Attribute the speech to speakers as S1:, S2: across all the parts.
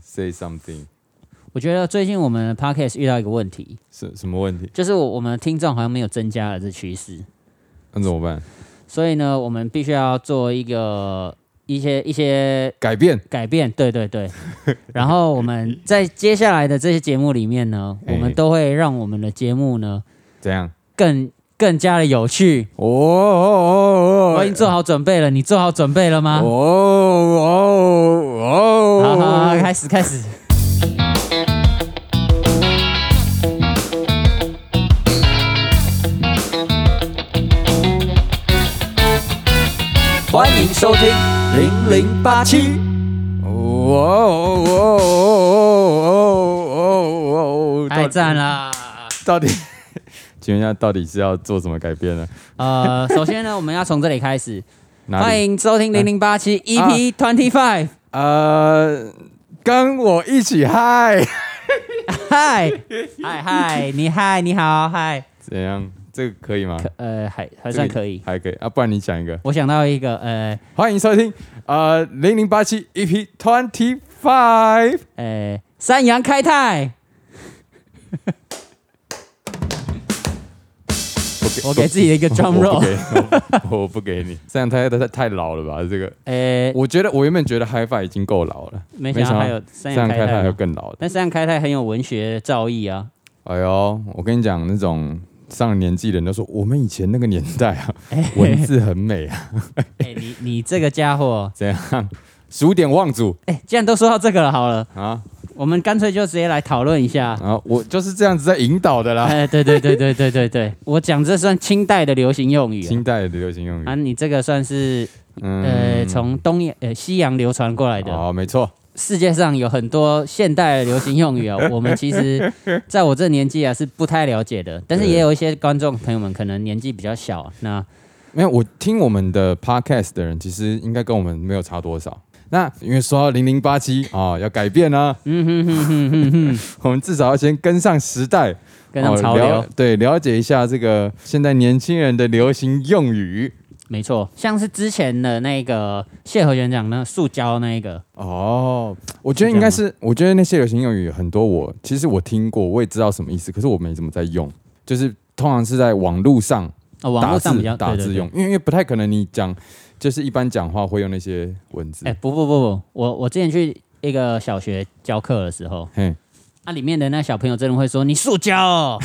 S1: ，say something，
S2: 我觉得最近我们 podcast 遇到一个问题，
S1: 什什么问题？
S2: 就是我我们的听众好像没有增加了这趋势，
S1: 那怎么办？
S2: 所以呢，我们必须要做一个一些一些
S1: 改变。
S2: 改变，对对 对。然后我们在接下来的这些节目里面呢，我
S1: 哎
S2: 们都会让我们的节目呢
S1: 怎样？
S2: 更更加的有趣。
S1: 哦哦
S2: 我已经做好准备了，你做好准备了吗？
S1: 哦
S2: 好好好，开始开始。
S1: 欢迎收听零零八七。哦哦哦哦哦哦！
S2: 太赞啦！
S1: 到底，请问一下，到底是要做什么改变呢？
S2: 呃，首先呢，我们要从这里开始。
S1: 哪啊
S2: 欢
S1: 里？
S2: 迎收听零零八七 EP Twenty Five。
S1: 呃，跟我一起嗨。
S2: 嗨嗨嗨，你嗨你好嗨，
S1: 怎样？这个可以吗？
S2: 可呃还还算可以
S1: 这个。还可以啊。不然你讲一个。
S2: 我想到一个呃
S1: 欢迎收听呃零零八七 EP Twenty Five。
S2: 呃三羊开泰，我给自己的一个 drum
S1: 我不
S2: roll。
S1: 给， 我我不给你。这样太太太太老了吧？这个，
S2: 呃，
S1: 我觉得我原本觉得 HiFi 已经够老了，
S2: 没想到还有
S1: 这
S2: 三
S1: 样
S2: 羊开
S1: 开泰还有
S2: 泰，
S1: 更老的。
S2: 但三羊开泰很有文学造诣啊。
S1: 哎呦，我跟你讲，那种上了年纪的人都说，我们以前那个年代啊，文字很美啊，
S2: 哎，你你这个家伙，
S1: 怎样？数典忘祖
S2: 哎，既然都说到这个了，好了，
S1: 啊
S2: 我们干脆就直接来讨论一下。
S1: 啊！我就是这样子在引导的啦。
S2: 哎，对对对对对对 对，我讲这算清代的流行用语啊
S1: 清代的流行用
S2: 啊，
S1: 语，
S2: 你这个算是呃
S1: 嗯，
S2: 从东洋呃西洋流传过来的。
S1: 哦，没错，
S2: 世界上有很多现代的流行用语啊，我们其实在我这年纪啊是不太了解的，但是也有一些观众朋友们可能年纪比较小，那
S1: 没有，我听我们的 podcast 的人，其实应该跟我们没有差多少。那因为说到零零八七啊，要改变啊， 嗯哼哼哼哼哼，我们至少要先跟上时代，
S2: 跟上
S1: 哦
S2: 潮流，
S1: 了对，了解一下这个现在年轻人的流行用语
S2: 没错，像是之前的那个谢和弦讲那塑胶那一个，
S1: 哦。我觉得应该是，我觉得那些流行用语很多我，其实我听过，我也知道什么意思，可是我没怎么在用，就是通常是在网络上
S2: 哦，网
S1: 打
S2: 络
S1: 字
S2: 上比较
S1: 打字。
S2: 对对
S1: 用
S2: 对，
S1: 因为因为不太可能你讲就是一般讲话会用那些文字
S2: 哎、，不不不不，我我之前去一个小学教课的时候，
S1: 嘿。
S2: 那、里面的那小朋友真的会说你塑胶、哦，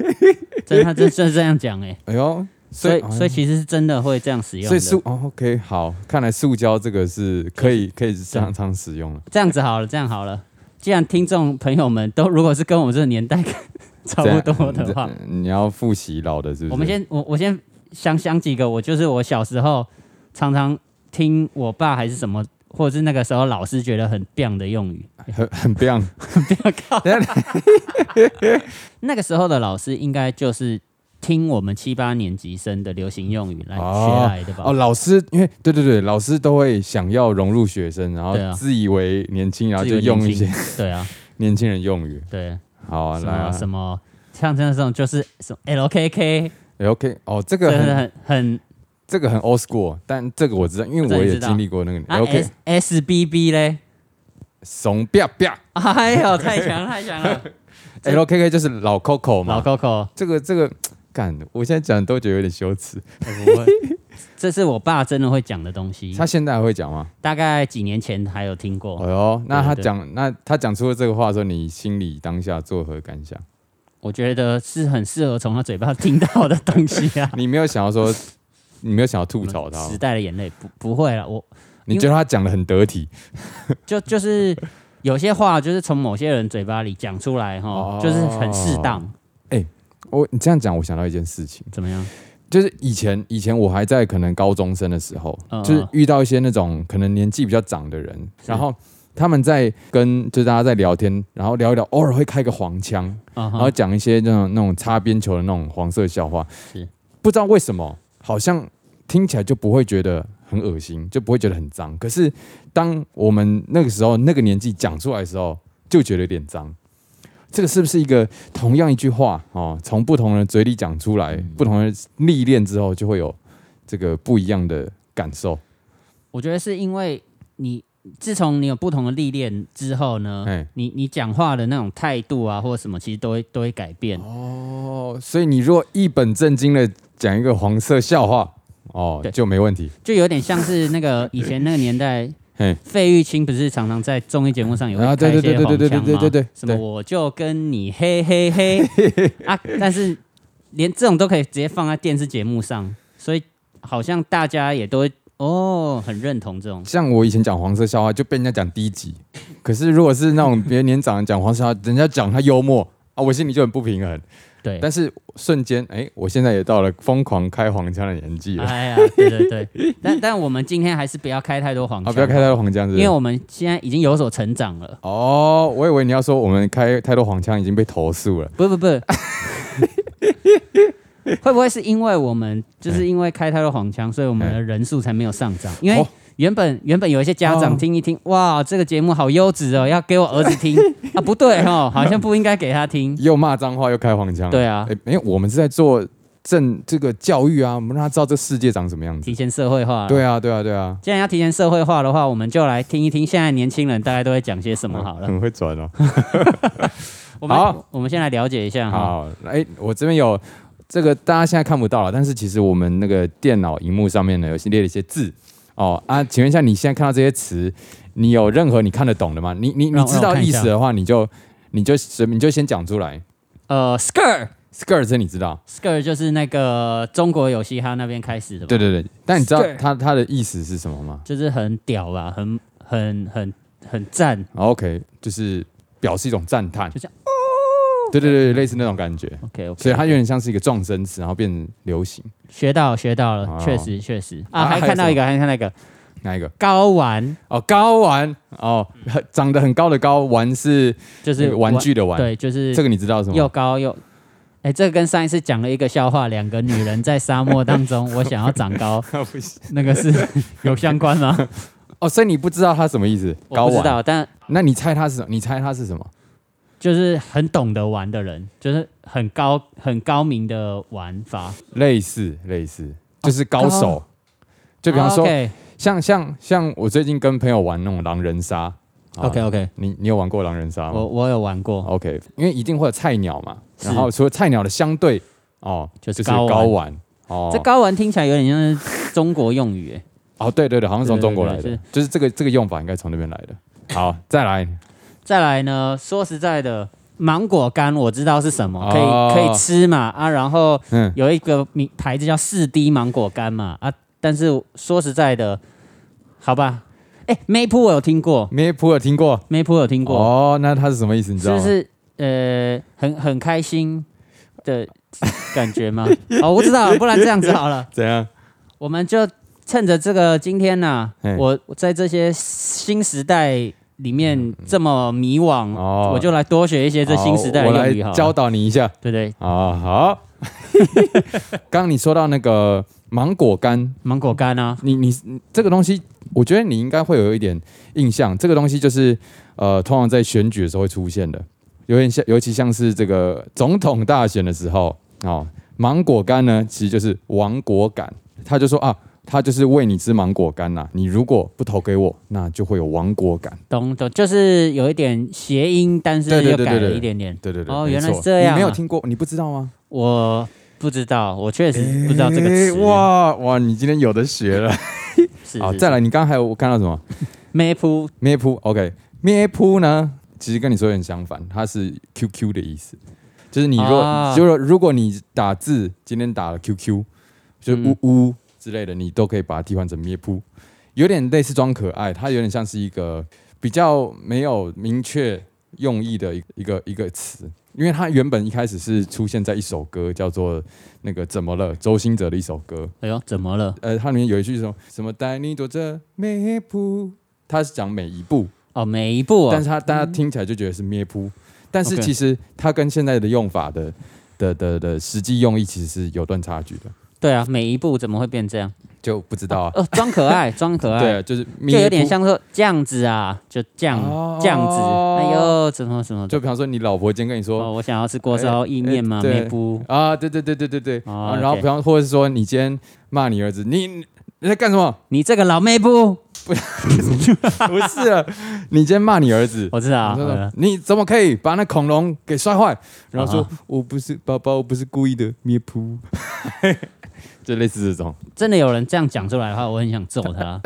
S2: 真的他真真的这样讲哎、
S1: 哎呦，
S2: 所以
S1: 哎
S2: 所以其实是真的会这样使用
S1: 所
S2: 的
S1: 以。塑哦，OK，好，看来塑胶这个是可以可以常常使用了。
S2: 这样子好了，这样好了。既然听众朋友们都如果是跟我们这个年代 差不多的话
S1: 这样，嗯你要复习老的，是不是？
S2: 我们先我我先想想几个，我就是我小时候常常听我爸还是什么，或者是那个时候老师觉得很棒的用语。
S1: 很很不一样，
S2: 那个时候的老师应该就是听我们七八年级生的流行用语来
S1: 哦
S2: 学来的吧？
S1: 哦。老师，因为对对对，老师都会想要融入学生，然后
S2: 对啊
S1: 自以为年轻，然后
S2: 自
S1: 就
S2: 由
S1: 用一
S2: 年轻
S1: 些
S2: 对啊，
S1: 年轻人用语。
S2: 对，
S1: 好啊，
S2: 什
S1: 来
S2: 么
S1: 啊
S2: 什么，像这种就是什么 LKK，
S1: 哎，OK，哦，这
S2: 这
S1: 个
S2: 个
S1: 很
S2: 很很
S1: 这个很 old school，但这个我知道，因为
S2: 这
S1: 我
S2: 你
S1: 也
S2: 知道
S1: 经历过那个
S2: 啊
S1: 年。OK，
S2: S SBB 嘞。
S1: 怂啪啪
S2: 哎呦，太强了太强了！这
S1: ，LKK 就是老 Coco
S2: 老
S1: 嘛。
S2: Coco，
S1: 这个这个，干，我现在讲都觉得有点羞耻。
S2: 这是我爸真的会讲的东西
S1: 哎他，现在还会讲吗？
S2: 大概几年前还有听过。
S1: 哎呦，那他
S2: 哦对对
S1: 讲，那他讲出了这个话的时候，你心里当下作何感想？。
S2: 啊我觉得是很适合从他嘴巴听到的东西啊
S1: 你没有想要说，你没有想要吐槽他吗
S2: 时，代的眼泪不不会了，我
S1: 你觉得他讲的很得体
S2: 就就是有些话就是从某些人嘴巴里讲出来哈
S1: 哦，
S2: 就是很适当，
S1: 我你这样讲，我想到一件事情，
S2: 怎么样？
S1: 就是以前以前我还在可能高中生的时候，
S2: 嗯嗯
S1: 就是遇到一些那种可能年纪比较长的人，然后他们在跟就是大家在聊天，然后聊一聊，偶尔会开个黄腔，
S2: 啊
S1: 然后
S2: 哈，
S1: 讲一些那种那种擦边球的那种黄色笑话，
S2: 是
S1: 不知道为什么，好像听起来就不会觉得很恶心，就不会觉得很脏。可是当我们那个时候那个年纪讲出来的时候，就觉得有点脏。这个是不是一个同样一句话哦，从不同人嘴里讲出
S2: 嗯
S1: 来，不同人历练之后，就会有这个不一样的感受？
S2: 我觉得是因为你自从你有不同的历练之后呢
S1: 哎，
S2: 你你讲话的那种态度啊，或者什么，其实都会都会改变。
S1: 哦，所以你若一本正经的讲一个黄色笑话，哦
S2: 对，
S1: 就没问题。
S2: 就有点像是那个以前那个年 代
S1: 嘿，
S2: 费玉清不是常常在综艺节目上也
S1: 啊
S2: 会
S1: 对
S2: 开一些
S1: 对对对对
S2: 黄腔
S1: 对对对对
S2: 吗
S1: 对
S2: 什么我就跟你嘿嘿 嘿啊，但是连这种都可以直接放在电视节目上，所以好像大家也都会哦很认同这种。
S1: 像我以前讲黄色笑话就被人家讲低级，可是如果是那种别人年长的讲黄色笑话，人家讲他幽默啊，我心里就很不平衡。
S2: 对，
S1: 但是瞬间，哎，我现在也到了疯狂开黄腔的年纪了，
S2: 哎呀，对对对，但但我们今天还是不要开太多黄
S1: 啊，
S2: 腔，
S1: 不要开太多黄腔，是不
S2: 因
S1: 是
S2: 为我们现在已经有所成长了。
S1: 哦，我以为你要说我们开太多黄腔已经被投诉了。
S2: 不不不， 会不会是因为我们
S1: 哎
S2: 就是因为开太多黄腔，所以我们的人数才没有上涨？因为
S1: 哦
S2: 原本原本有一些家
S1: 哦
S2: 长听一听，哇，这个节目好优质哦，要给我儿子听 啊，不对哦，好像不应该给他 听。
S1: 又骂脏话又开黄腔，
S2: 对啊
S1: 哎、没有，我们是在做正这个教育啊，我们让他知道这世界长什么样子。
S2: 提前社会化，，
S1: 对啊，对啊，对啊，
S2: 既然要提前社会化的话，我们就来听一听现在年轻人大概都会讲些什么好了。
S1: 很会转哦。
S2: 我们
S1: 好
S2: 我们先来了解一下哈。
S1: 好，哎、我这边有这个，大家现在看不到了，但是其实我们那个电脑荧幕上面呢，有列了一些字哦啊，请问一下，你现在看到这些词，你有任何你看得懂的吗？你你
S2: 让
S1: 你
S2: 我
S1: 知
S2: 让我
S1: 道
S2: 看一
S1: 意
S2: 下
S1: 思的话，你就你就随你就先讲出来。
S2: 呃，skirt
S1: skirt 这你知道？
S2: skirt 就是那个中国有嘻哈那边开始的吧？
S1: 对对对，但你知道
S2: Skirt
S1: 它它的意思是什么吗
S2: 就是很屌吧，很很很很赞。
S1: ？OK，就是表示一种赞叹，
S2: 就这样
S1: 对对对，类似那种感觉。
S2: OK OK，
S1: 所以它有点像是一个撞声词，然后变成流行。
S2: 学到学到了，
S1: 哦
S2: 确实确实
S1: 啊
S2: 啊，还
S1: 还有
S2: 看到
S1: 什
S2: 一个，还看到一个
S1: 哪一个？
S2: 睾丸，
S1: 哦，睾丸哦，很长得很高的睾丸是那
S2: 就嗯是
S1: 个玩，具的玩。，
S2: 对，就是
S1: 这个你知道是
S2: 又
S1: 吗？
S2: 高又。哎、这个跟上一次讲了一个笑话，两个女人在沙漠当中，我想要长高，
S1: 不行
S2: 那个 是有相关吗？
S1: 哦，所以你不知道它什么意思？
S2: 我
S1: 睾
S2: 不知
S1: 丸？
S2: 道，但
S1: 那你猜它是什么？你猜它是什么？
S2: 就是很懂得玩的人，就是很高很高明的玩法。
S1: 类似类似，就是高手。就比方说，
S2: 哦啊 OK
S1: 像像像我最近跟朋友玩那种狼人杀。啊
S2: OK OK，
S1: 你你有玩过狼人杀吗？
S2: 我我有玩过，
S1: OK，因为一定会有菜鸟嘛，
S2: 是
S1: 然后除了菜鸟的相对哦，
S2: 就是
S1: 睾
S2: 睾丸
S1: 丸哦，
S2: 这睾丸听起来有点像是中国用语、哎
S1: 哦，对对对，好像从中国来的，
S2: 对对对
S1: 就是这个这个用法应该从那边来的。好，再来，
S2: 再来呢，说实在的，芒果干我知道是什么，可以、
S1: 哦
S2: 可以吃嘛啊，然后
S1: 嗯，
S2: 有一个名牌子叫四 D 芒果干嘛啊，但是说实在的，好吧，哎、梅普我有听过，
S1: 梅普有听过
S2: 梅普有听过，
S1: 哦，那它是什么意思？你知
S2: 是
S1: 道
S2: 不
S1: 吗？
S2: 是呃很很开心的感 觉吗？哦，我知道了，不然这样子好了，
S1: 怎样？
S2: 我们就趁着这个今天呐、
S1: 嘿
S2: 我我在这些新时代。里面这么迷惘，
S1: 哦
S2: 我就来多学一些这新时代
S1: 好
S2: 的
S1: 我
S2: 用
S1: 来
S2: 语好了。
S1: 教导你一下
S2: 对对，
S1: 啊。好， 刚刚你说到那个芒果干，
S2: 芒果干啊，
S1: 你你你这个东西，我觉得你应该会有一点印象。这个东西就是呃，通常在选举的时候会出现的，有点像，尤其像是这个总统大选的时候哦，芒果干呢，其实就是亡国感。他就说啊，他就是喂你吃芒果干呐、你如果不投给我，那就会有亡国感。
S2: 懂懂，就是有一点谐音，但是
S1: 对对
S2: 又
S1: 对
S2: 改
S1: 对
S2: 了
S1: 对
S2: 一点点。
S1: 对对对，
S2: 哦
S1: 没
S2: 原来是
S1: 错
S2: 这样
S1: 你
S2: 啊
S1: 没有听过，你不知道吗？
S2: 我不知道，我确实不知道这个
S1: 诶
S2: 词。
S1: 哇哇，你今天有的学了。
S2: 是，
S1: 好，
S2: 是
S1: 再来，你刚刚还有看到什么？
S2: maple
S1: 咩噗，OK，咩噗呢，其实跟你说有点相反，它是 QQ 的意思，就是你若、
S2: 啊
S1: 就是如果你打字今天打了 QQ，就
S2: 嗯
S1: 呜呜之类的，你都可以把它替换成咩噗，有点类似装可爱，它有点像是一个比较没有明确用意的一一个一个词。因为它原本一开始是出现在一首歌，叫做那个怎么了，周兴哲的一首歌，
S2: 哎呦，怎么了？
S1: 呃，它里面有一句什么什么带你躲着咩噗，它是讲每一步，
S2: 哦，每一步、哦，
S1: 但是它大家听起来就觉得是咩噗，但是
S2: OK
S1: 其实它跟现在的用法的的的的实际用意其实是有段差距的，
S2: 对啊，每一步怎么会变这样？
S1: 就不知道啊。
S2: 哦，装可 爱，装可爱，
S1: 呃对，啊就是
S2: 呃就
S1: 就
S2: 有点，像说这样子啊，就这样
S1: 哦
S2: 这样子。哎呦，怎么什么的？
S1: 就比方说你老婆今天跟你
S2: 哦，
S1: 说
S2: 我想要吃锅烧意面嘛
S1: 哎哎对
S2: m a p
S1: 啊，对对对对对对，
S2: 哦
S1: 啊然后
S2: OK
S1: 比方或者是说你今天骂你儿子，你你在干什么？
S2: 你这个老 maple，
S1: 不是了，你今天骂你儿子，
S2: 我知道，
S1: 你说
S2: 呃
S1: 你怎么可以把那恐龙给摔坏？然后说、
S2: 啊
S1: 我不是爸爸，我不是故意的，咩 噗， 就类似这种。
S2: 真的有人这样讲出来的话，我很想揍 他。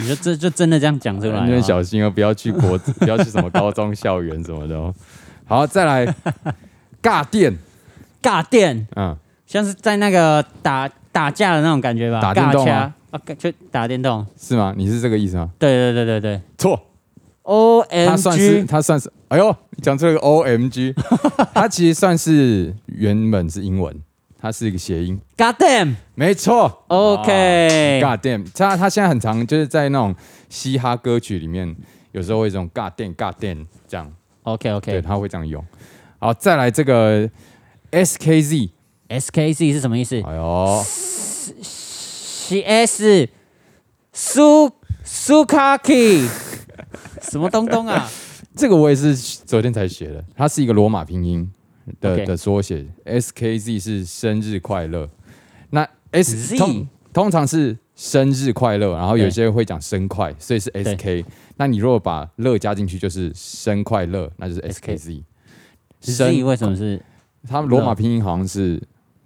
S2: 你就这就真的这样讲出来
S1: 你
S2: 的
S1: 们
S2: 话，
S1: 小心哦，不要去国， 不要去什么高中校园什么的哦。好，再来尬电，
S2: 尬电，
S1: 嗯，
S2: 像是在那个打打架的那种感觉吧，
S1: 打电
S2: 尬
S1: 动
S2: 掐
S1: 吗
S2: 啊，尬就打电动，
S1: 是吗？你是这个意思吗？
S2: 对对对对对
S1: 错，
S2: ，O
S1: 他
S2: M
S1: 算是
S2: G，
S1: 他算是，哎呦，你讲出了个 O M G，他 其实算是原本是英文，它是一个谐音，
S2: God damn，OK，
S1: 没错。God damn，他他现在很常就是在那种嘻哈歌曲里面，有时候会这种 God damn God damn 这样，
S2: OK
S1: 对
S2: OK
S1: 他会这样用。好，再来这个 SKZ，
S2: SKC 是什么意思
S1: 哎呦，
S2: ？CS 苏苏卡 k 什么东东啊？
S1: 这个我也是昨天才学的，它是一个罗马拼音的
S2: OK
S1: 的缩写，SKZ 是生日快乐，那 S
S2: Z
S1: 通通常是生日快乐，然后有
S2: 对
S1: 些会讲生快，所以是 SK。那你如果把乐加进去，就是生快乐，那就是 SKZ。
S2: Z 为什么是
S1: 他们罗马拼音好像是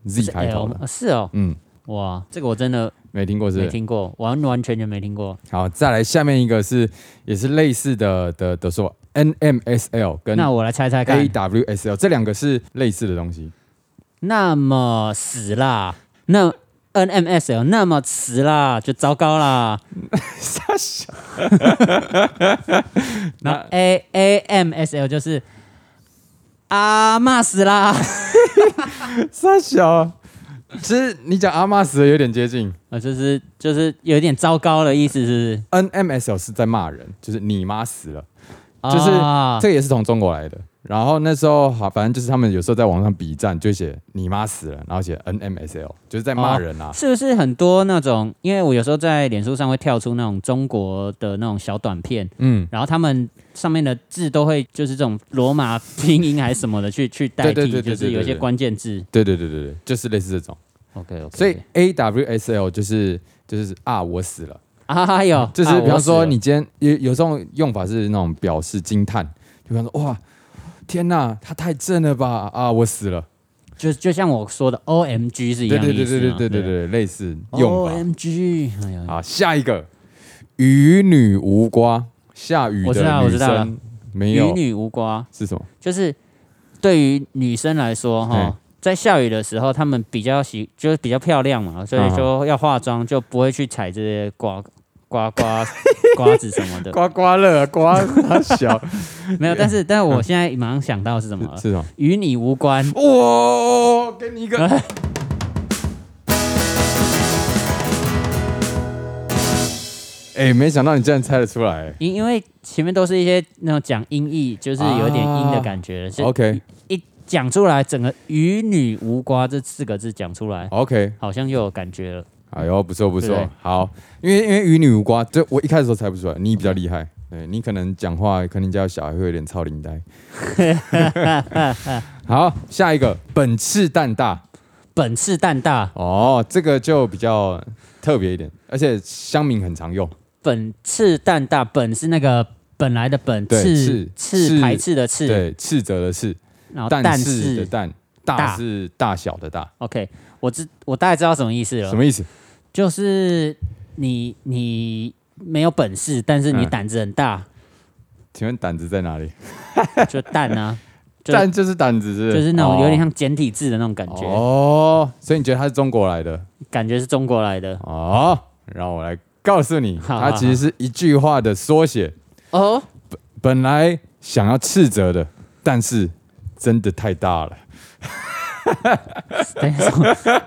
S1: Z
S2: 是
S1: 开头
S2: L 吗
S1: 的，
S2: 啊是哦，
S1: 嗯，
S2: 哇，这个我真的
S1: 没听过是不
S2: 没
S1: 是
S2: 听过，完完全全没听过。
S1: 好，再来下面一个是也是类似的的的说 NMSL 跟
S2: 那我来猜猜看，
S1: AWSL 这两个是类似的东西，
S2: 那么死啦，那 NMSL 那么迟啦，就糟糕啦。
S1: 傻 笑。
S2: 那 A A M S L 就是啊骂 死啦，
S1: 傻小，其实你讲阿妈死的有点接近
S2: 啊就是就是有点糟糕的意思，是
S1: ，NMSL 是在骂人，就是你妈死了，
S2: 不是？
S1: 就是
S2: 啊
S1: 这个也是从中国来的。然后那时候好，反正就是他们有时候在网上比战，就写你妈死了，然后写 NMSL，就是在骂人啊。
S2: 哦是不是很多那种？因为我有时候在脸书上会跳出那种中国的那种小短片，
S1: 嗯，
S2: 然后他们上面的字都会就是这种罗马拼音还是什么的去去代
S1: 对对对
S2: 替，
S1: 对对
S2: 就是有一些关键字。
S1: 对对对对对，就是类似这种。
S2: OK OK，
S1: 所以 AWSL 就是就是啊，我死了，
S2: 啊有，
S1: 嗯就是
S2: 啊
S1: 比方说
S2: 我死了
S1: 你今天有有这种用法是那种表示惊叹，就比方说哇，天呐，他太正了吧啊，我死了，
S2: 就就像我说的 O M G 是一
S1: 对
S2: 样的
S1: 对
S2: 意
S1: 对
S2: 思啊
S1: 对
S2: 嘛，
S1: 对对对对，类似用
S2: O
S1: 法。
S2: 哦 M G，哎呀，
S1: 好，下一个雨女无瓜，下雨
S2: 我知
S1: 的
S2: 道我
S1: 女
S2: 知道了
S1: 生没
S2: 与
S1: 有
S2: 女无瓜，
S1: 是什么？
S2: 就是对于女生来说
S1: 嗯
S2: 哈。在下雨的时候，她们比较喜就是比较漂亮嘛，
S1: 啊
S2: 所以说要化妆就不会去采这些瓜瓜 瓜瓜子什么的，
S1: 刮刮乐 刮它小
S2: 没有。但是，但是我现在马上想到是什么了
S1: 是，什么？
S2: 与你无关。
S1: 哇，给你一
S2: 啊
S1: 个哎、没想到你竟然猜得出来、
S2: 因因为前面都是一些那种讲音译，就是有点音的感觉，是
S1: 哦 OK
S2: 一讲出来，整个“与女无瓜”这四个字讲出来，
S1: OK，
S2: 好像又有感觉了。
S1: 哎呦，不错不
S2: 对不
S1: 错
S2: 对，
S1: 好，因为因为与你无关，这我一开始都猜不出来，你比较厉害，对你可能讲话，可能你家小孩会有点超龄 呆。好，下一个本次蛋大
S2: 本次蛋大，
S1: 哦，这个就比较特别一点，而且乡民很常用，
S2: 本次蛋大，本是那个本来的本，
S1: 对
S2: 次
S1: 次
S2: 次排斥的次，
S1: 对，斥责的斥，
S2: 然后
S1: 但
S2: 但
S1: 是的
S2: 哦是
S1: 蛋，大
S2: 大
S1: 是大小的大，
S2: OK，我知我大概知道什么意思
S1: 什
S2: 了，
S1: 么意思？
S2: 就是你你没有本事，但是你
S1: 嗯
S2: 胆子很大，
S1: 请问胆子在哪里？
S2: 就蛋啊，就
S1: 蛋就是胆子是不是，
S2: 就是那种有点
S1: 哦
S2: 像简体字的那种感觉。
S1: 哦，所以你觉得他是中国来的
S2: 感觉是中国来的
S1: 哦？让我来告诉你，
S2: 好
S1: 它其实是一句话的缩写。
S2: 哦。
S1: 本来想要斥责的，但是真的太大了。
S2: 等一 下，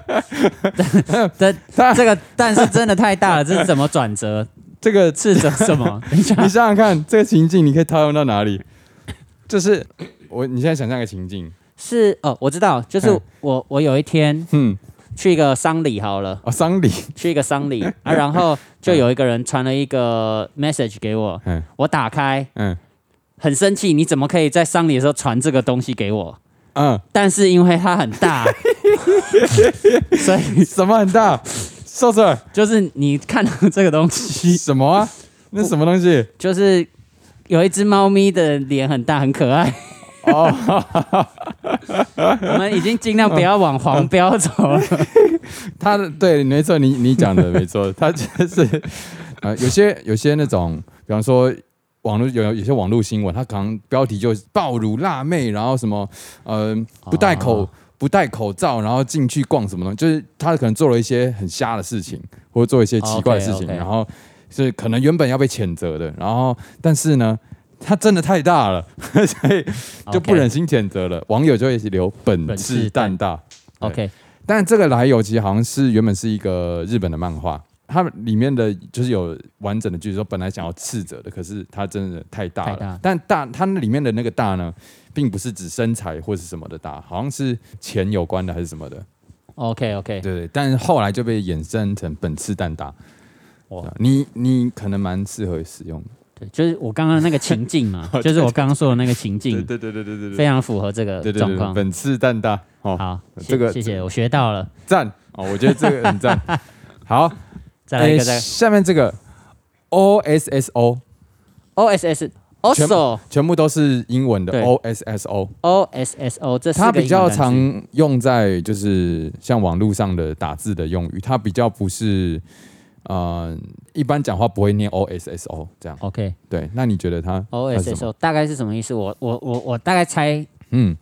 S2: 这这这个但是真的太大了，这是怎么转折？
S1: 这个， 你
S2: 斥责什么？等一下，
S1: 想想看，这个情境你可以套用到哪里？就是我，你现在想象一个情境，
S2: 是哦，我知道，就是
S1: 嗯
S2: 我我有一天
S1: 哼、
S2: 去一个丧礼好了，
S1: 哦，丧礼，
S2: 去一个丧 礼啊，然后就有一个人传了一个 message 给我
S1: 嗯，
S2: 我打开，
S1: 嗯
S2: 很生气，你怎么可以在丧礼的时候传这个东西给我？
S1: 嗯，
S2: 但是因为它很大，所以
S1: 什么很大？ 少帅，
S2: 就是你看到这个东西，
S1: 什么啊？那什么东西？
S2: 就是有一只猫咪的脸很大，很可爱。哦， 我们已经尽量不要往黄标走了。
S1: 他的对，没错，你你讲的没错，他就是 呃，有些有些那种，比方说网络有有些网络新闻，他可能标题就暴乳辣妹，然后什么呃不戴口、
S2: 哦
S1: 不戴口罩，然后进去逛什么东西，就是他可能做了一些很瞎的事情，或者做一些奇怪的事情
S2: 哦 OK，OK
S1: 然后是可能原本要被谴责的，然后但是呢。他真的太大了， 所以 就不
S2: OK
S1: 忍心谴责了。网友就会留本
S2: 本
S1: 质
S2: 质
S1: 蛋大，
S2: OK，
S1: 但这个来由其实好像是原本是一个日本的漫画，它里面的就是有完整的句子说本来想要斥责的，可是它真的太大了。
S2: 太大
S1: 但大它那里面的那个大呢，并不是指身材或是什么的大，好像是钱有关的还是什么的。
S2: OK OK，
S1: 对对，但是后来就被衍生成本次蛋大。
S2: 哇
S1: 哇，你你可能蛮适合使用的。
S2: 对，就是我刚刚那个情境 嘛，就是我刚刚说的那个情境，
S1: 对对对对对
S2: 非常符合这个
S1: 对对
S2: 状
S1: 对对，
S2: 况。
S1: 本次蛋大哦，
S2: 好，
S1: 这个
S2: 谢谢，我学到了。
S1: 赞哦，我觉得这个很 赞。好，
S2: 再来一个，
S1: 诶
S2: 再来
S1: 下面这个 O S S O。
S2: OSS
S1: 全部
S2: also
S1: 全部都是英文的
S2: 对
S1: O S S O，
S2: OSSO 这四个
S1: 它比较
S2: 英文单词
S1: 常用在就是像网络上的打字的用语，它比较不是呃一般讲话不会念 O S S O 这样。
S2: OK
S1: 对，那你觉得它它是什么
S2: OSSO 大概是什么意思？我我我我大概猜
S1: 嗯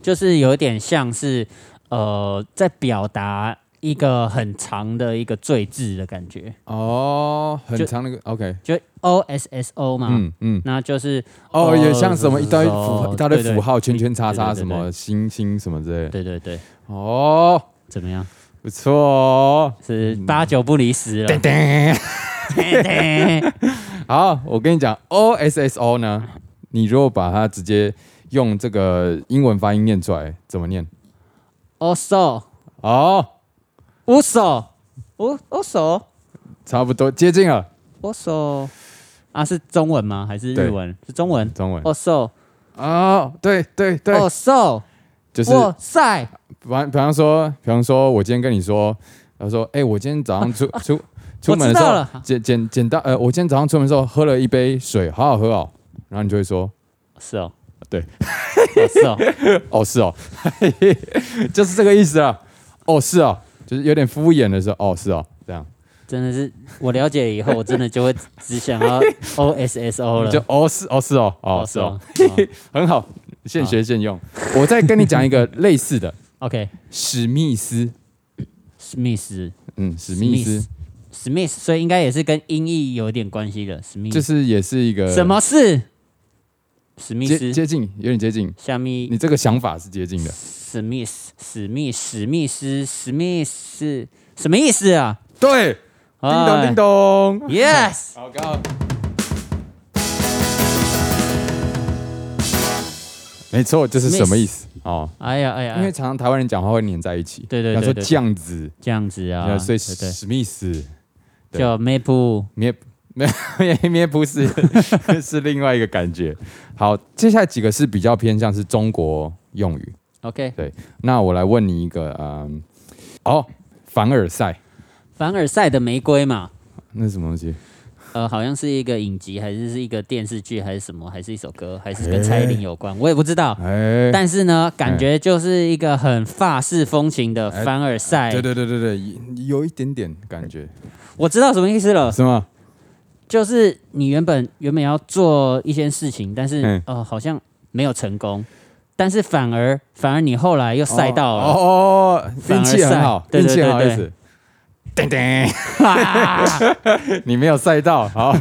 S2: 就是有点像是呃，在表达一个很长的一个罪字的感觉，
S1: 哦，很
S2: 就
S1: 长那个 OK，
S2: 就 O S S O 嘛，
S1: 嗯嗯
S2: 那就是
S1: 哦，
S2: 哦
S1: 也像什么一堆符
S2: 哦
S1: 一大堆
S2: 对对
S1: 符号，圈圈叉叉
S2: 对对对
S1: 什么星星什么之类的。
S2: 对对对，
S1: 哦，
S2: 怎么样？
S1: 不错哦。
S2: 是八九不离十了
S1: 噔。 噔
S2: 嘿嘿
S1: 好，我跟你讲，O S S O 呢，你如果把它直接用这个英文发音念出来，怎么念？
S2: also
S1: 哦，
S2: also o also
S1: 差不多接近了，
S2: also 啊，是中文吗？还是
S1: 对
S2: 日文？是中文。
S1: 中文。
S2: also
S1: 哦，对对对，
S2: also
S1: 就是，
S2: 哇塞，
S1: 比方比方说，比方说，我今天跟你说，他说，哎、我今天早 上出出出门的时
S2: 我知道
S1: 候
S2: 了，
S1: 捡捡捡到，呃，我今天早上出门的时候喝了一杯水，好好喝哦。然后你就会说，
S2: 是哦，
S1: 对，
S2: 哦是哦，
S1: 哦，是哦， 就是这个意思啊。哦，是哦，就是有点敷衍的时候，哦，是哦，这样。
S2: 真的是我了解以后，我真的就会只想 要 O S S O 了。
S1: 就哦是哦是哦哦
S2: 哦
S1: 是
S2: 是
S1: 哦
S2: 哦，
S1: 很好，现学现用。我再跟你讲一个类似的，
S2: OK，
S1: 史密斯，
S2: 史密斯，
S1: 嗯，史密斯
S2: Smith，所以应该也是跟音译有一点关系的。史密
S1: 就
S2: 斯，
S1: 是也是一个
S2: 什么是史密
S1: 接
S2: 斯？
S1: 接近，有点接近。
S2: 夏密
S1: 你这个想法是接近的，
S2: 史密斯，史密史密斯，史密斯，什么意思啊？
S1: 对，
S2: 叮
S1: 叮咚叮咚，
S2: ，Yes，
S1: 好高。没错，就是什么意思哦？
S2: 哎呀哎呀，
S1: 因
S2: 哎
S1: 为
S2: 呀
S1: 常常台湾人讲话会粘在一起，
S2: 对对对
S1: 要说
S2: 对对
S1: 酱子，
S2: 这样子啊，
S1: 要所以
S2: 对对，
S1: 史密斯，对
S2: 叫 Maple，
S1: 咩咩咩咩不是， 是另外一个感觉。好，接下来几个是比较偏向是中国用语。
S2: OK，
S1: 那我来问你一个，嗯，哦，凡尔赛，
S2: 凡尔赛的玫瑰嘛，
S1: 那是什么东西？
S2: 呃，好像是一个影集，还是是一个电视剧，还是什么，还是一首歌，还是跟蔡依林有关，我也不知道。
S1: 哎，
S2: 但是呢，感觉就是一个很法式风情的凡尔赛。
S1: 对对对对对，有一点点感觉，
S2: 我知道什么意思了，
S1: 是吗？
S2: 就是你原本原本要做一件事情，但是、
S1: 嗯
S2: 呃好像没有成功，但是反而反而你后来又赛到了，
S1: 哦，哦运
S2: 凡尔赛
S1: 气很好，
S2: 对
S1: 运
S2: 对
S1: 气
S2: 对
S1: 很好，
S2: 对啊
S1: 意思。噔噔， 你没有赛到，好，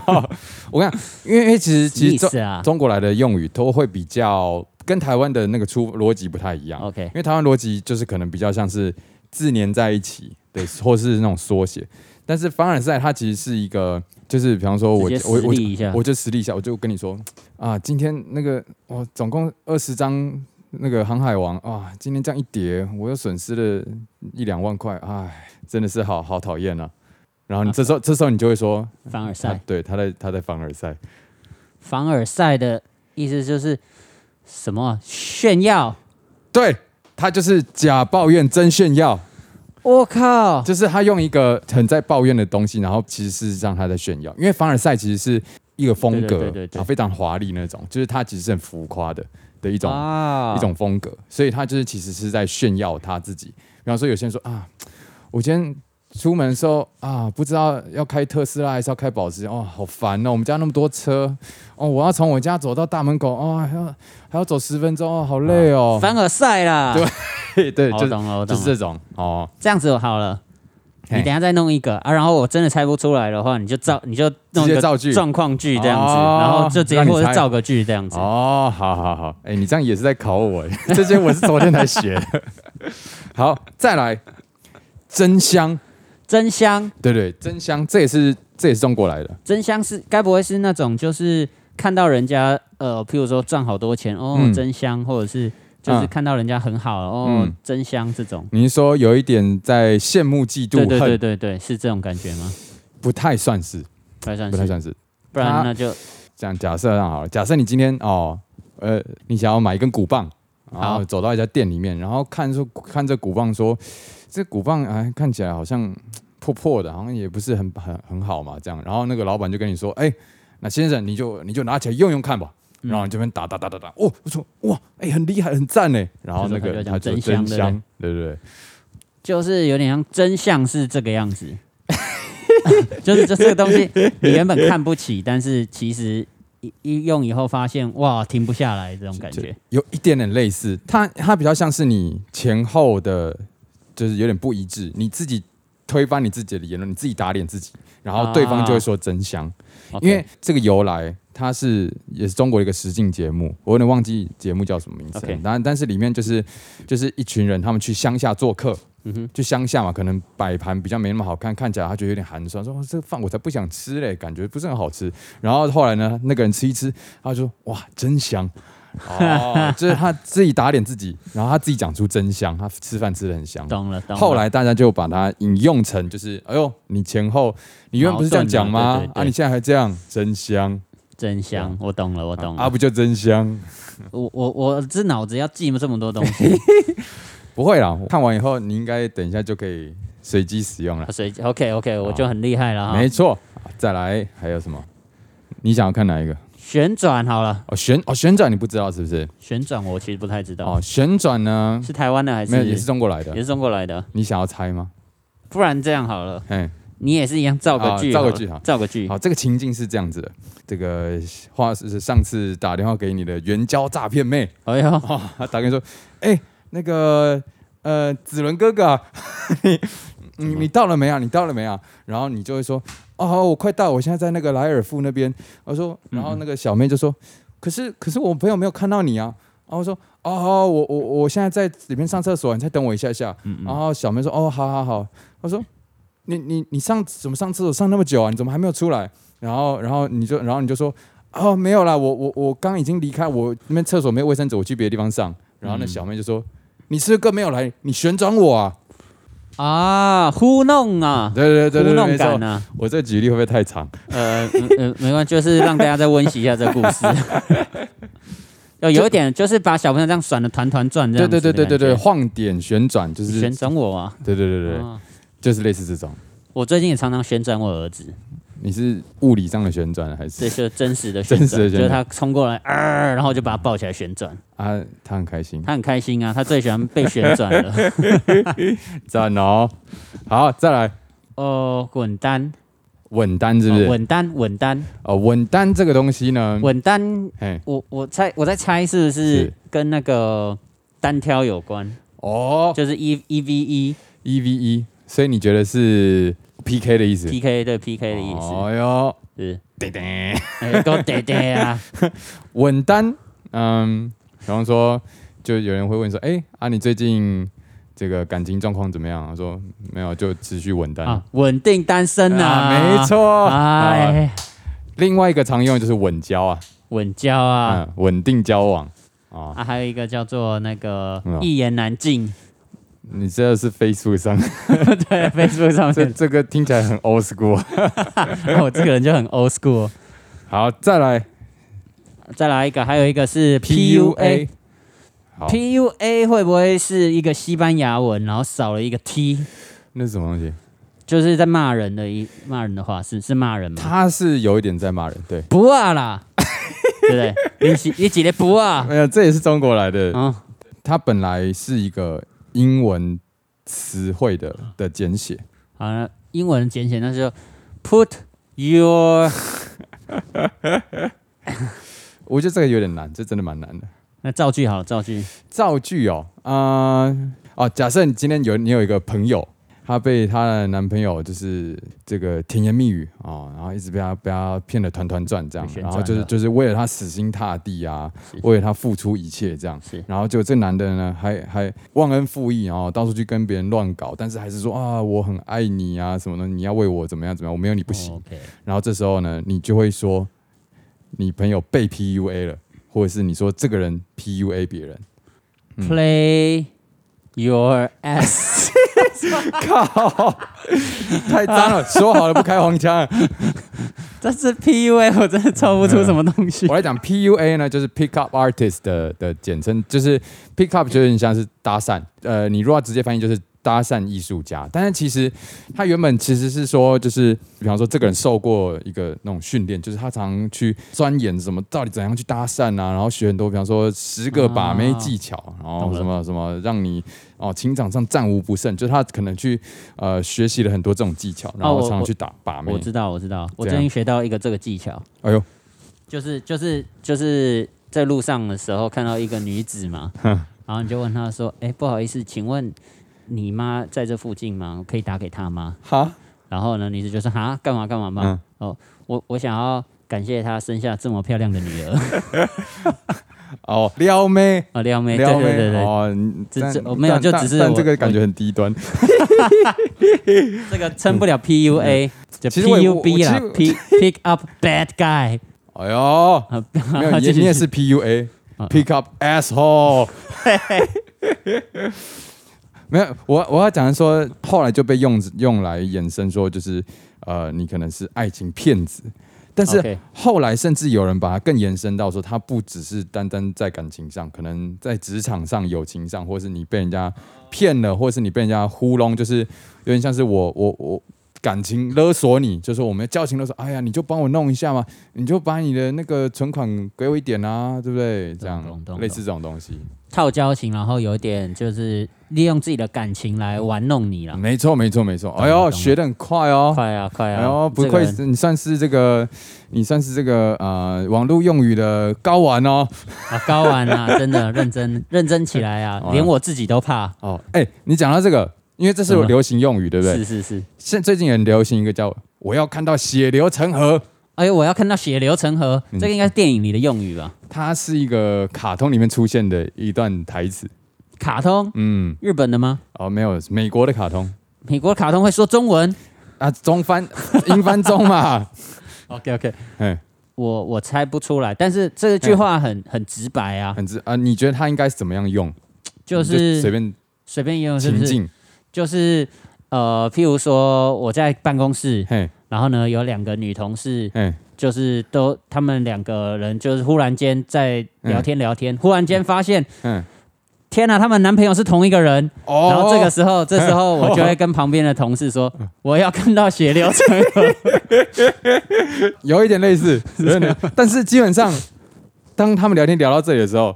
S1: 我跟你讲，因为因为其实其
S2: 意
S1: 实中
S2: 思啊
S1: 中国来的用语都会比较跟台湾的那个出逻辑不太一样。
S2: ？OK，
S1: 因为台湾逻辑就是可能比较像是字连在一起，对，或是那种缩写。但是凡尔赛它其实是一个，就是比方说我
S2: 直接
S1: 我
S2: 实
S1: 我
S2: 力一下
S1: 我就实力一下，我就跟你说啊，今天那个我总共二十张那个航海王啊，今天这样一叠，我又损失了一两万块，唉，真的是好好讨厌啊。然后你这时候、这时候你就会说，
S2: 凡尔
S1: 他
S2: 赛，
S1: 对他在他在凡尔赛，
S2: 凡尔赛的意思就是什么啊炫耀
S1: 对他就是假抱怨真炫耀。
S2: 我靠，
S1: 就是他用一个很在抱怨的东西，然后其实事实上他在炫耀，因为凡尔赛其实是一个风格，
S2: 对对对对对
S1: 啊非常华丽那种，就是他其实是很浮夸的的一种、
S2: 啊
S1: 一种风格，所以他就是其实是在炫耀他自己。比方说，有些人说啊，我今天出门的时候啊，不知道要开特斯拉还是要开保时捷，哦，好烦哦，我们家那么多车，哦，我要从我家走到大门口，哦，还要还要走十分钟，哦，好累 哦，
S2: 凡尔赛啦，
S1: 对对，
S2: 好
S1: 就
S2: 我
S1: 是
S2: 懂了，我
S1: 就
S2: 懂
S1: 是
S2: 了
S1: 这种哦，
S2: 这样子好了。你
S1: 嘿哦
S2: 等一下再弄一个啊，然后我真的猜不出来的话，你就造，你就弄
S1: 直
S2: 一
S1: 接
S2: 个
S1: 造句
S2: 状况句这样子，
S1: 哦
S2: 然后就直接
S1: 让你
S2: 或者
S1: 猜
S2: 造个句这样子。
S1: 哦，好好好，哎、你这样也是在考我，哎这些我是昨天才学的。好，再来真香，
S2: 真香，
S1: 对对，真香，这也是这也是中国来的，
S2: 真香是该不会是那种就是看到人家呃，譬如说赚好多钱哦，
S1: 嗯
S2: 真香，或者是就是
S1: 嗯
S2: 看到人家很好哦，
S1: 嗯
S2: 真香这种。
S1: 你是说有一点在羡慕、嫉妒、恨，
S2: 对对对对对，是这种感觉吗？
S1: 不太算是，
S2: 不太算
S1: 不太
S2: 是，
S1: 算是。
S2: 不然
S1: 他
S2: 那就
S1: 这样假设上好了，假设你今天哦，呃，你想要买一根鼓棒，然后
S2: 好
S1: 走到一家店里面，然后看说看这鼓棒说，这鼓棒哎看起来好像破破的，好像也不是很很很好嘛，这样，然后那个老板就跟你说，哎、那先生你就你就拿起来用用看吧。然后你这边打打打打打，哦，我说哇，哎、很厉害，很赞呢。然后那个
S2: 他
S1: 他
S2: 就
S1: 就
S2: 讲真香
S1: 真
S2: 对
S1: 香，对
S2: 不对
S1: 不对？
S2: 就是有点像真相是这个样子， 就是就这个东西你原本看不起，但是其实一一用以后发现哇停不下来这种感觉。
S1: 有一点点类似，它它比较像是你前后的，就是有点不一致，你自己推翻你自己的言论，你自己打脸自己，然后对方就会
S2: 啊
S1: 说真香。因为这个由来，它是也是中国的一个实境节目，我有点忘记节目叫什么名字
S2: OK。
S1: 但但是里面就是就是一群人，他们去乡下做客，
S2: 嗯哼
S1: 去乡下嘛，可能摆盘比较没那么好看，看起来他觉得有点寒酸，说、哦这个饭我才不想吃嘞，感觉不是很好吃。然后后来呢，那个人吃一吃，他就说哇，真香。 哦，就是他自己打脸自己，然后他自己讲出真香，他吃饭吃的很香。
S2: 懂了，懂了。
S1: 后来大家就把它引用成就是，哎呦，你前后你原本不是这样讲
S2: 矛
S1: 吗？
S2: 盾了对对对
S1: 啊，你现在还这样，真香！
S2: 真相，我懂了，我懂了。
S1: 啊，不就真香？
S2: 我我我这脑子要记这么多东 西，
S1: 不会啦，看完以后你应该等一下就可以随机使用了。
S2: 所以 OK OK，我就很厉害了哈
S1: 哦没。错，再来还有什么？你想要看哪一个？
S2: 旋转好了，
S1: 哦，旋哦旋转你不知道是不是？
S2: 旋转我其实不太知道
S1: 哦，，旋转呢？
S2: 是台湾的还是
S1: 没有，也是中国来
S2: 也
S1: 的。
S2: 是中国来的？
S1: 你想要猜吗？
S2: 不然这样好了，
S1: 哎，
S2: 你也是一样造个
S1: 啊
S2: 句
S1: 造
S2: 好
S1: 个
S2: 了，
S1: 句好
S2: 造个句。
S1: 好，这个情境是这样子的。这个话是上次打电话给你的援交诈骗妹，
S2: 哎呦，
S1: 哦，他打给你说，哎、那个呃，子伦哥哥啊、 你你你到了没啊？你到了没啊？然后你就会说，哦，我快到，我现在在那个莱尔富那边。我说，然后那个小妹就说，可是可是我朋友没有看到你啊。然后我说，哦，哦我我我现在在里面上厕所，你再等我一下下。然后小妹说，哦，好好好。我说，你你你上怎么上厕所上那么久啊？你怎么还没有出来？然后然后你就然后你就说，哦，没有啦，我我我刚已经离开，我那边厕所没有卫生纸，我去别的地方上。然后
S2: 嗯
S1: 那小妹就说：“你是不是更没有来，你旋转我啊
S2: 啊，糊弄！”啊，
S1: 对对对
S2: 糊
S1: 对对，
S2: 弄
S1: 没
S2: 感
S1: 错。
S2: 啊，
S1: 我这举例会不会太长？
S2: 呃嗯呃，没关系，就是让大家再温习一下这个故事。 有有一点就是把小朋友这样甩的团团转，这
S1: 对
S2: 样
S1: 对
S2: 子
S1: 对
S2: 的
S1: 对对对，
S2: 感觉，
S1: 晃点旋转就是，
S2: 旋转我啊，
S1: 对对对对，
S2: 啊
S1: 就是类似这种。
S2: 我最近也常常旋转我儿子。
S1: 你是物理上的旋转还
S2: 这
S1: 是
S2: 就是真实的旋
S1: 真
S2: 转，
S1: 实的旋转
S2: 就是他冲过来，啊，然后就把他抱起来旋转，
S1: 啊？他很开心，
S2: 他很开心啊，他最喜欢被旋转了。
S1: 赞哦。好，再来
S2: 哦，滚单，
S1: 稳单是不
S2: 哦
S1: 是？
S2: 稳单，稳单，
S1: 哦，稳单这个东西呢，
S2: 稳单，
S1: 嘿，
S2: 我我猜我在猜是不是
S1: 是
S2: 跟那个单挑有关，
S1: 哦
S2: 就是 E E V E
S1: ，E V E，所以你觉得是 P K 的意思？
S2: P K 对 P K 的意思，
S1: 哦哟，
S2: 是
S1: 叮叮。
S2: 哎都得得 啊，
S1: 稳单，嗯，比方说，就有人会问说，哎、啊，你最近这个感情状况怎么样？我说没有，就持续稳单。
S2: 啊，稳定单身啊，
S1: 嗯啊没，错。啊，
S2: 哎，
S1: 另外一个常用的就是稳交啊，
S2: 稳交啊。
S1: 嗯，稳定交往啊。
S2: 啊，还有一个叫做那个
S1: 嗯
S2: 一言难尽，
S1: 你这是 Facebook 上，
S2: 对，Facebook 上
S1: 这
S2: 面，哦
S1: 这个听起来很 old school。
S2: 我这个人就很 old school。
S1: 好，再来
S2: 再来一个，还有一个是
S1: PUA。。
S2: PUA
S1: 好
S2: PUA 会不会是一个西班牙文，然后少了一个 T？
S1: 那是什么东西？
S2: 就是在骂人的一骂人的话，是是骂人吗？
S1: 他是有一点在骂人，对，
S2: 不啊啦，对不对？你是你几个不 啊？
S1: 没有，哎这也是中国来的。
S2: 啊，
S1: 它本来是一个英文词汇的
S2: 嗯
S1: 的简写，
S2: 好了，英文简写那就 put your，
S1: 我觉得这个有点难，这真的蛮难的。
S2: 那造句好了，造句
S1: 造句哦，啊、哦，假设你今天有你有一个朋友，她被她的男朋友就是这个甜言蜜语哦，然后一直被她被她骗得团团转这样
S2: 被，旋
S1: 然
S2: 转
S1: 后就是
S2: 了
S1: 就是为了她死心塌地啊
S2: 是，
S1: 为了她付出一切这样
S2: 是，
S1: 然后就这男的呢还还忘恩负义，然后到处去跟别人乱搞，但是还是说啊我很爱你啊什么的，你要为我怎么样怎么样，我没有你不行。
S2: 哦 OK，
S1: 然后这时候呢，你就会说你朋友被 PUA 了，或者是你说这个人 PUA 别人。嗯
S2: play your ass，
S1: 靠，太脏了！ 说好了不开黄腔。
S2: 这是 PUA，我真的抽不出什么东 西
S1: 我。来讲 PUA 呢，就是 Pick Up Artist 的的简称，就是 Pick Up 就有点像是搭讪。呃，你如果要直接翻译就是搭讪艺术家，但是其实他原本其实是说，就是比方说这个人受过一个那种训练，就是他常去钻研什么到底怎样去搭讪啊，然后学很多，比方说十个把
S2: 啊
S1: 妹技巧，然后什么什么让你哦情场上战无不胜，就是他可能去呃学习了很多这种技巧，然后
S2: 哦我
S1: 常常
S2: 我
S1: 去打把妹
S2: 我。知道，我知道，我
S1: 怎
S2: 最
S1: 样
S2: 近学到一个这个技巧，
S1: 哎呦，
S2: 就是就是就是在路上的时候看到一个女 子嘛，然后你就问她说：“哎、不好意思，请问你妈在这附近吗？我可以打给她吗
S1: 哈，？”
S2: 然后呢，女子就说：“哈，干嘛干嘛嘛？
S1: 嗯
S2: 哦，我我想要感谢她生下这么漂亮的女儿
S1: 哦，撩妹。
S2: 啊，撩妹，对
S1: 撩妹
S2: 对对对，
S1: 哦，
S2: 这
S1: 但
S2: 这我没有
S1: 但
S2: 就
S1: 但
S2: 只是
S1: 但
S2: 我
S1: 这个感觉很低端。
S2: 这个称不了 PUA，、就
S1: 嗯其实我也我
S2: PUB 啦
S1: 我
S2: ，P pick up bad guy，
S1: 哎呦，没有，你
S2: 继续
S1: 你也是 PUA
S2: 啊
S1: pick up asshole。没有，我我要讲的说，后来就被用用来衍生说，就是呃，你可能是爱情骗子。但是
S2: OK
S1: 后来甚至有人把它更延伸到说，它不只是单单在感情上，可能在职场上、友情上，或是你被人家骗了，或是你被人家糊弄，就是有点像是我我我感情勒索你，就是我们交情勒索，哎呀，你就帮我弄一下嘛，你就把你的那个存款给我一点啊，对不对？这样
S2: 懂懂
S1: 类似这种东西，
S2: 套交情，然后有点就是利用自己的感情来玩弄你啦。
S1: 没错没错没错。哎
S2: 啊懂
S1: 呦，
S2: 了
S1: 学得很快哦。
S2: 快啊快啊！
S1: 哎呦，不
S2: 这个
S1: 愧
S2: 人
S1: 是你算是这个，你算是这个呃网络用语的高玩哦。
S2: 啊，高玩啊， 真的认真认真起来啊
S1: 好，啊
S2: 连我自己都怕。
S1: 哦，哎、你讲到这个，因为这是
S2: 怎么
S1: 流行用语，对不对？
S2: 嗯是是是，
S1: 现最近很流行一个叫“我要看到血流成河
S2: 哎呦，我要看到血流成河，
S1: 嗯
S2: 这个应该是电影里的用语吧？”，
S1: 它是一个卡通里面出现的一段台词。
S2: 卡通，
S1: 嗯，
S2: 日本的吗？
S1: 哦，没有，美国的卡通
S2: 美国卡通会说中文
S1: 啊，中 翻英翻中嘛。
S2: ？OK OK，
S1: 哎，
S2: 我我猜不出来，但是这句话很很直白啊，
S1: 很知啊，你觉得它应该是怎么样用？
S2: 就
S1: 你
S2: 是
S1: 随便
S2: 随便用，是
S1: 情
S2: 不是？
S1: 境。
S2: 就是呃，譬如说我在办公室，
S1: 嘿，
S2: 然后呢有两个女同事，
S1: 嘿，
S2: 就是都他们两个人就是忽然间在聊天聊天，忽然间发现
S1: 嗯，
S2: 天啊呐，他们男朋友是同一个人。
S1: 哦
S2: 然后这个时候，这时候我 就会跟旁边的同事说，我要看到血流成河。
S1: 有一点类似，有一点类似但是基本上，当他们聊天聊到这里的时候，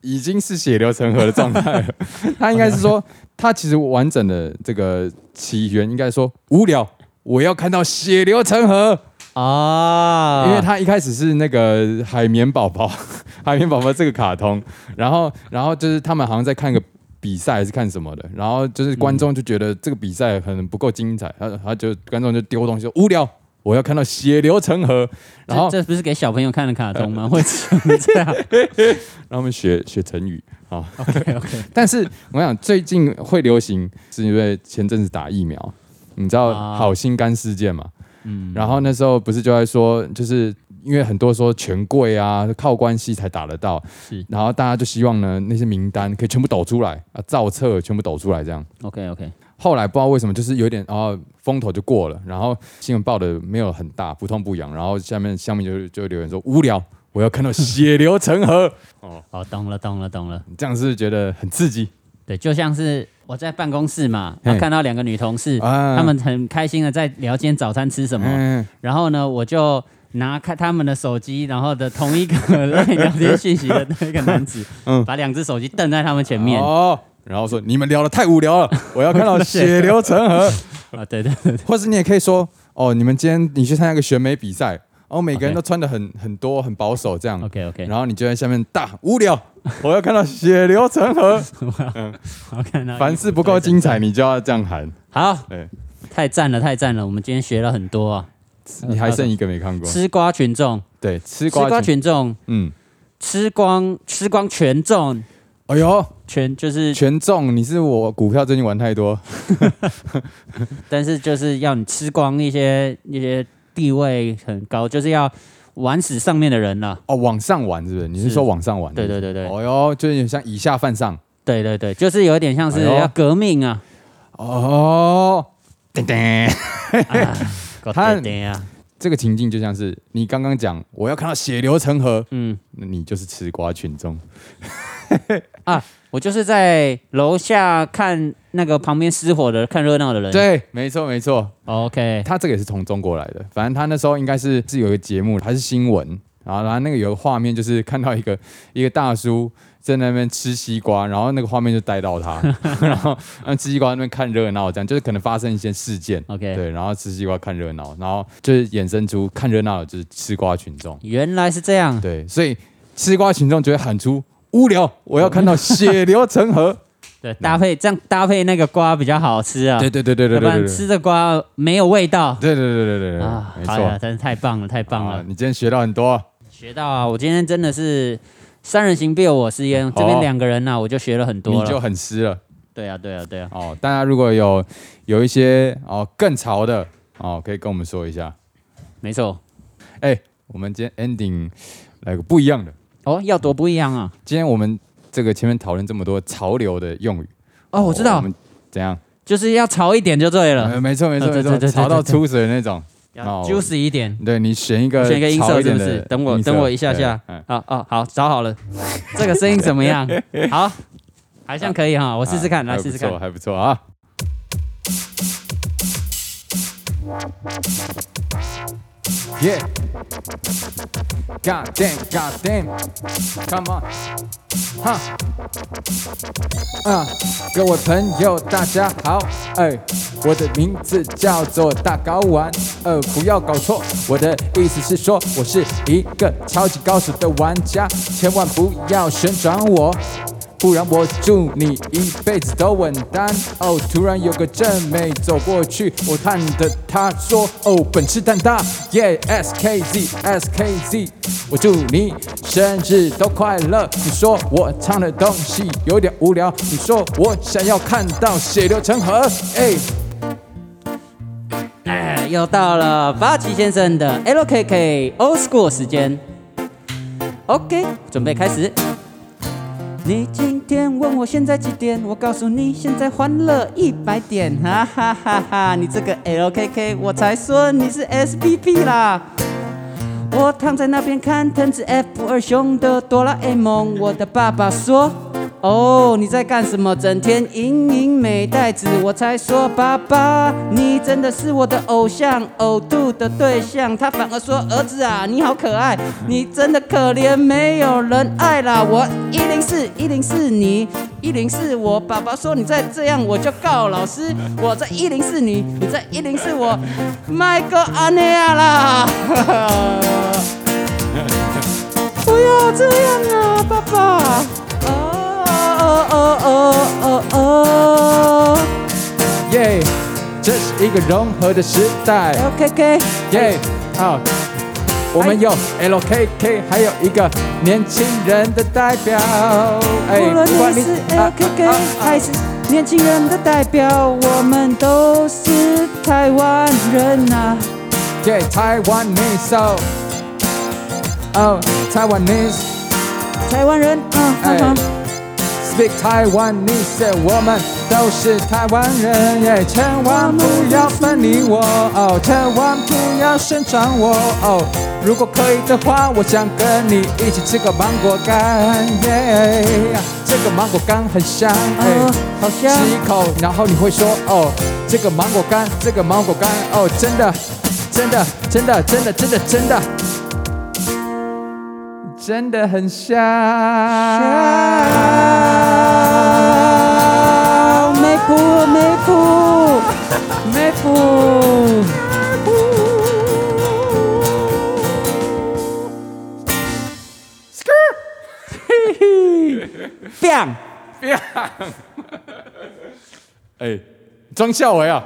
S1: 已经是血流成河的状态 了。他应该是说，他其实完整的这个起源应该说无聊，我要看到血流成河，
S2: 哦，
S1: 因为他一开始是那个海绵宝宝， 海绵宝宝这个卡通，然后然后就是他们好像在看个。比赛还是看什么的，然后就是观众就觉得这个比赛可能不够精彩，他他就观众就丢东西说无聊，我要看到血流成河，然后
S2: 这这不是给小朋友看的卡 通吗？会成这样
S1: 让他们学学成语啊。好
S2: ？OK OK，
S1: 但是我想最近会流行，是因为前阵子打疫苗，你知道
S2: 啊
S1: 好心肝事件嘛？
S2: 嗯，
S1: 然后那时候不是就在说，就是因为很多说权贵啊，靠关系才打得到，
S2: 是
S1: 然后大家就希望呢那些名单可以全部抖出来啊，造册全部抖出来这样。
S2: OK OK，
S1: 后来不知道为什么，就是有点啊风头就过了，然后新闻报的没有很大，不痛不痒，然后下面下面就就留言说无聊，我要看到血流成河，
S2: 哦，懂了懂了懂了，
S1: 这样是不是觉得很刺激。
S2: 对，就像是我在办公室嘛，
S1: 嘿
S2: 然后看到两个女同事，
S1: 啊
S2: 她们很开心的在聊今天早餐吃什么，
S1: 嗯，
S2: 然后呢，我就拿看他们的手机，然后的同一个 LINE 聊天讯息的那个男子，
S1: 嗯
S2: 把两只手机瞪在他们前面，
S1: 哦，然后说你们聊的太无聊 了，我要看到血流成河。
S2: 啊，对对对，
S1: 或是你也可以说，哦，你们今天你去参加一个选美比赛，然后每个人
S2: OK
S1: 都穿的很很多很保守这样
S2: OK OK，
S1: 然后你就在下面大无 聊，我要看到血流成河，
S2: 哎好看到
S1: 凡事不够精彩，你就要这样喊。
S2: 好，
S1: 对，
S2: 太赞了，太赞了，我们今天学了很多啊，
S1: 你还剩一个没看过，
S2: 吃瓜群众，
S1: 对，吃
S2: 吃
S1: 瓜
S2: 瓜
S1: 群，
S2: 群众，
S1: 嗯，
S2: 吃光吃光权重，
S1: 哎呦，
S2: 全就是，
S1: 权重，你是我股票最近玩太多，
S2: 但是就是要你吃光一些一些地位很高，就是要玩死上面的人了。
S1: 哦，往上玩是不是？你是
S2: 是
S1: 说往上玩？
S2: 对对对对
S1: 哦呦，就有点像以下犯上，
S2: 对对对，就是有点像是
S1: 哎呦
S2: 要革 命啊！
S1: 哦，噔噔。
S2: 啊
S1: 他
S2: 他等呀，
S1: 这个情境就像是你刚刚讲，我要看到血流成河，
S2: 嗯
S1: 那你就是吃瓜群众。
S2: 啊，我就是在楼下看那个旁边失火的、看热闹的人。
S1: 对，没错没错，
S2: ，OK，
S1: 他这个也是从中国来的。反正他那时候应该是是有一个节目还是新闻，然后然后那个有个画面就是看到一个 一个大叔在那边吃西瓜，然后那个画面就带到他， 然后让吃西瓜在那边看热闹，这样就是可能发生一些事件。
S2: OK
S1: 对，然后吃西瓜看热闹，然后就是衍生出看热闹的就是吃瓜群众。
S2: 原来是这样。
S1: 对，所以吃瓜群众就会喊出无聊，我要看到血流成河。
S2: 对，搭配这样搭配那个瓜比较好吃 啊。
S1: 对对对对对
S2: 要不
S1: 对对
S2: 然
S1: 对。
S2: 吃的瓜没有味道
S1: 对对对对对对，
S2: 啊！
S1: 没
S2: 好呀，
S1: 错，
S2: 真是太棒了，太棒
S1: 啊
S2: 了，
S1: 你今天学到很多，
S2: 学到啊！我今天真的是三人行必有我师焉，这边两个人啊呐，我就学了很
S1: 哦你
S2: 多
S1: 就
S2: 了。
S1: 很湿了
S2: 对啊，对啊，对啊。
S1: 哦。大家如果有有一些哦更潮的哦，可以跟我们说一下。
S2: 没错。
S1: 哎，我们今天 ending 来个不一样的。
S2: 哦，要多不一样啊！
S1: 今天我们这个前面讨论这么多潮流的用语，
S2: 哦，我知道，
S1: 们怎样？
S2: 就是要潮一点就对了，
S1: 呃，没错没错
S2: 对
S1: 没错，
S2: 对对对
S1: 潮到
S2: 对对
S1: 出水的那种。
S2: 要
S1: 哦
S2: juicy 一点。
S1: 对你选一个
S2: 选一个音
S1: 潮
S2: 色
S1: 一
S2: 是
S1: 点
S2: 不
S1: 的
S2: 是？等我
S1: 音色
S2: 等我一下下
S1: 对嗯。
S2: 啊啊，好，找好了，这个声音怎 么样？好，还像可以哈，我试试看，
S1: 啊
S2: 来试试看
S1: 还不错。还不错啊。Yeah, God damn, God damn, come on, 哈、啊，各位朋友，大家好，哎、我的名字叫做大睾丸，呃，不要搞错，我的意思是说，我是一个超级高手的玩家，千万不要旋转我，不然我祝你一辈子都稳当。哦，突然有个正妹走过去，我看着她说，哦，本事蛋大耶 s k z SKZ，我祝你生日都快乐。你说我唱的东西有点无聊，你说我想要看到血流成河，哎。
S2: 哎又到了八旗先生的 LKK Old School 时间，OK，准备开始。你今天问我现在几点？我告诉你，现在欢乐一百点，哈哈哈哈！你这个 LKK，我才说你是 SPP 啦。我躺在那边看藤子 F 二雄的哆啦 A 梦，我的爸爸说：“哦，你在干什么？整天隐隐美代子。”我才说：“爸爸，你真的是我的偶像，呕吐的对象。”他反而说：“儿子啊，你好可爱，你真的可怜，没有人爱啦。”我一零四一零四你一零四我，爸爸说你再这样我就告老师。我在一零四你，你在一零四我，麦克阿内亚啊啦。不要这样啊，爸爸！哦哦哦哦哦
S1: 耶这是一个融合的时代，
S2: ，OK OK，
S1: 耶！啊，我们有
S2: 哎
S1: LKK，还有一个年轻人的代表。哎
S2: 无论你是
S1: 啊啊
S2: LKK
S1: 啊啊
S2: 还是年轻人的代表，我们都是台湾人啊呐、
S1: 耶，Taiwanese，哦哦，Taiwanese，speak
S2: 台湾人啊！哈
S1: 哎
S2: 哈
S1: Taiwanese，我们都是台湾人，耶！，oh，千万不要分离我，哦，千万不要生长我，哦，如果可以的话，我想跟你一起吃个芒果干，耶、这个芒果干很香，哎、
S2: 哦，好
S1: 吃
S2: 香，
S1: 一口，然后你会说哦，这个芒果干，这个芒果干，哦，真的，真的，真的，真的，真的，真的，真的很香。
S2: 梅普梅普梅普，嘿嘿，bang，
S1: 哎，庄孝伟啊，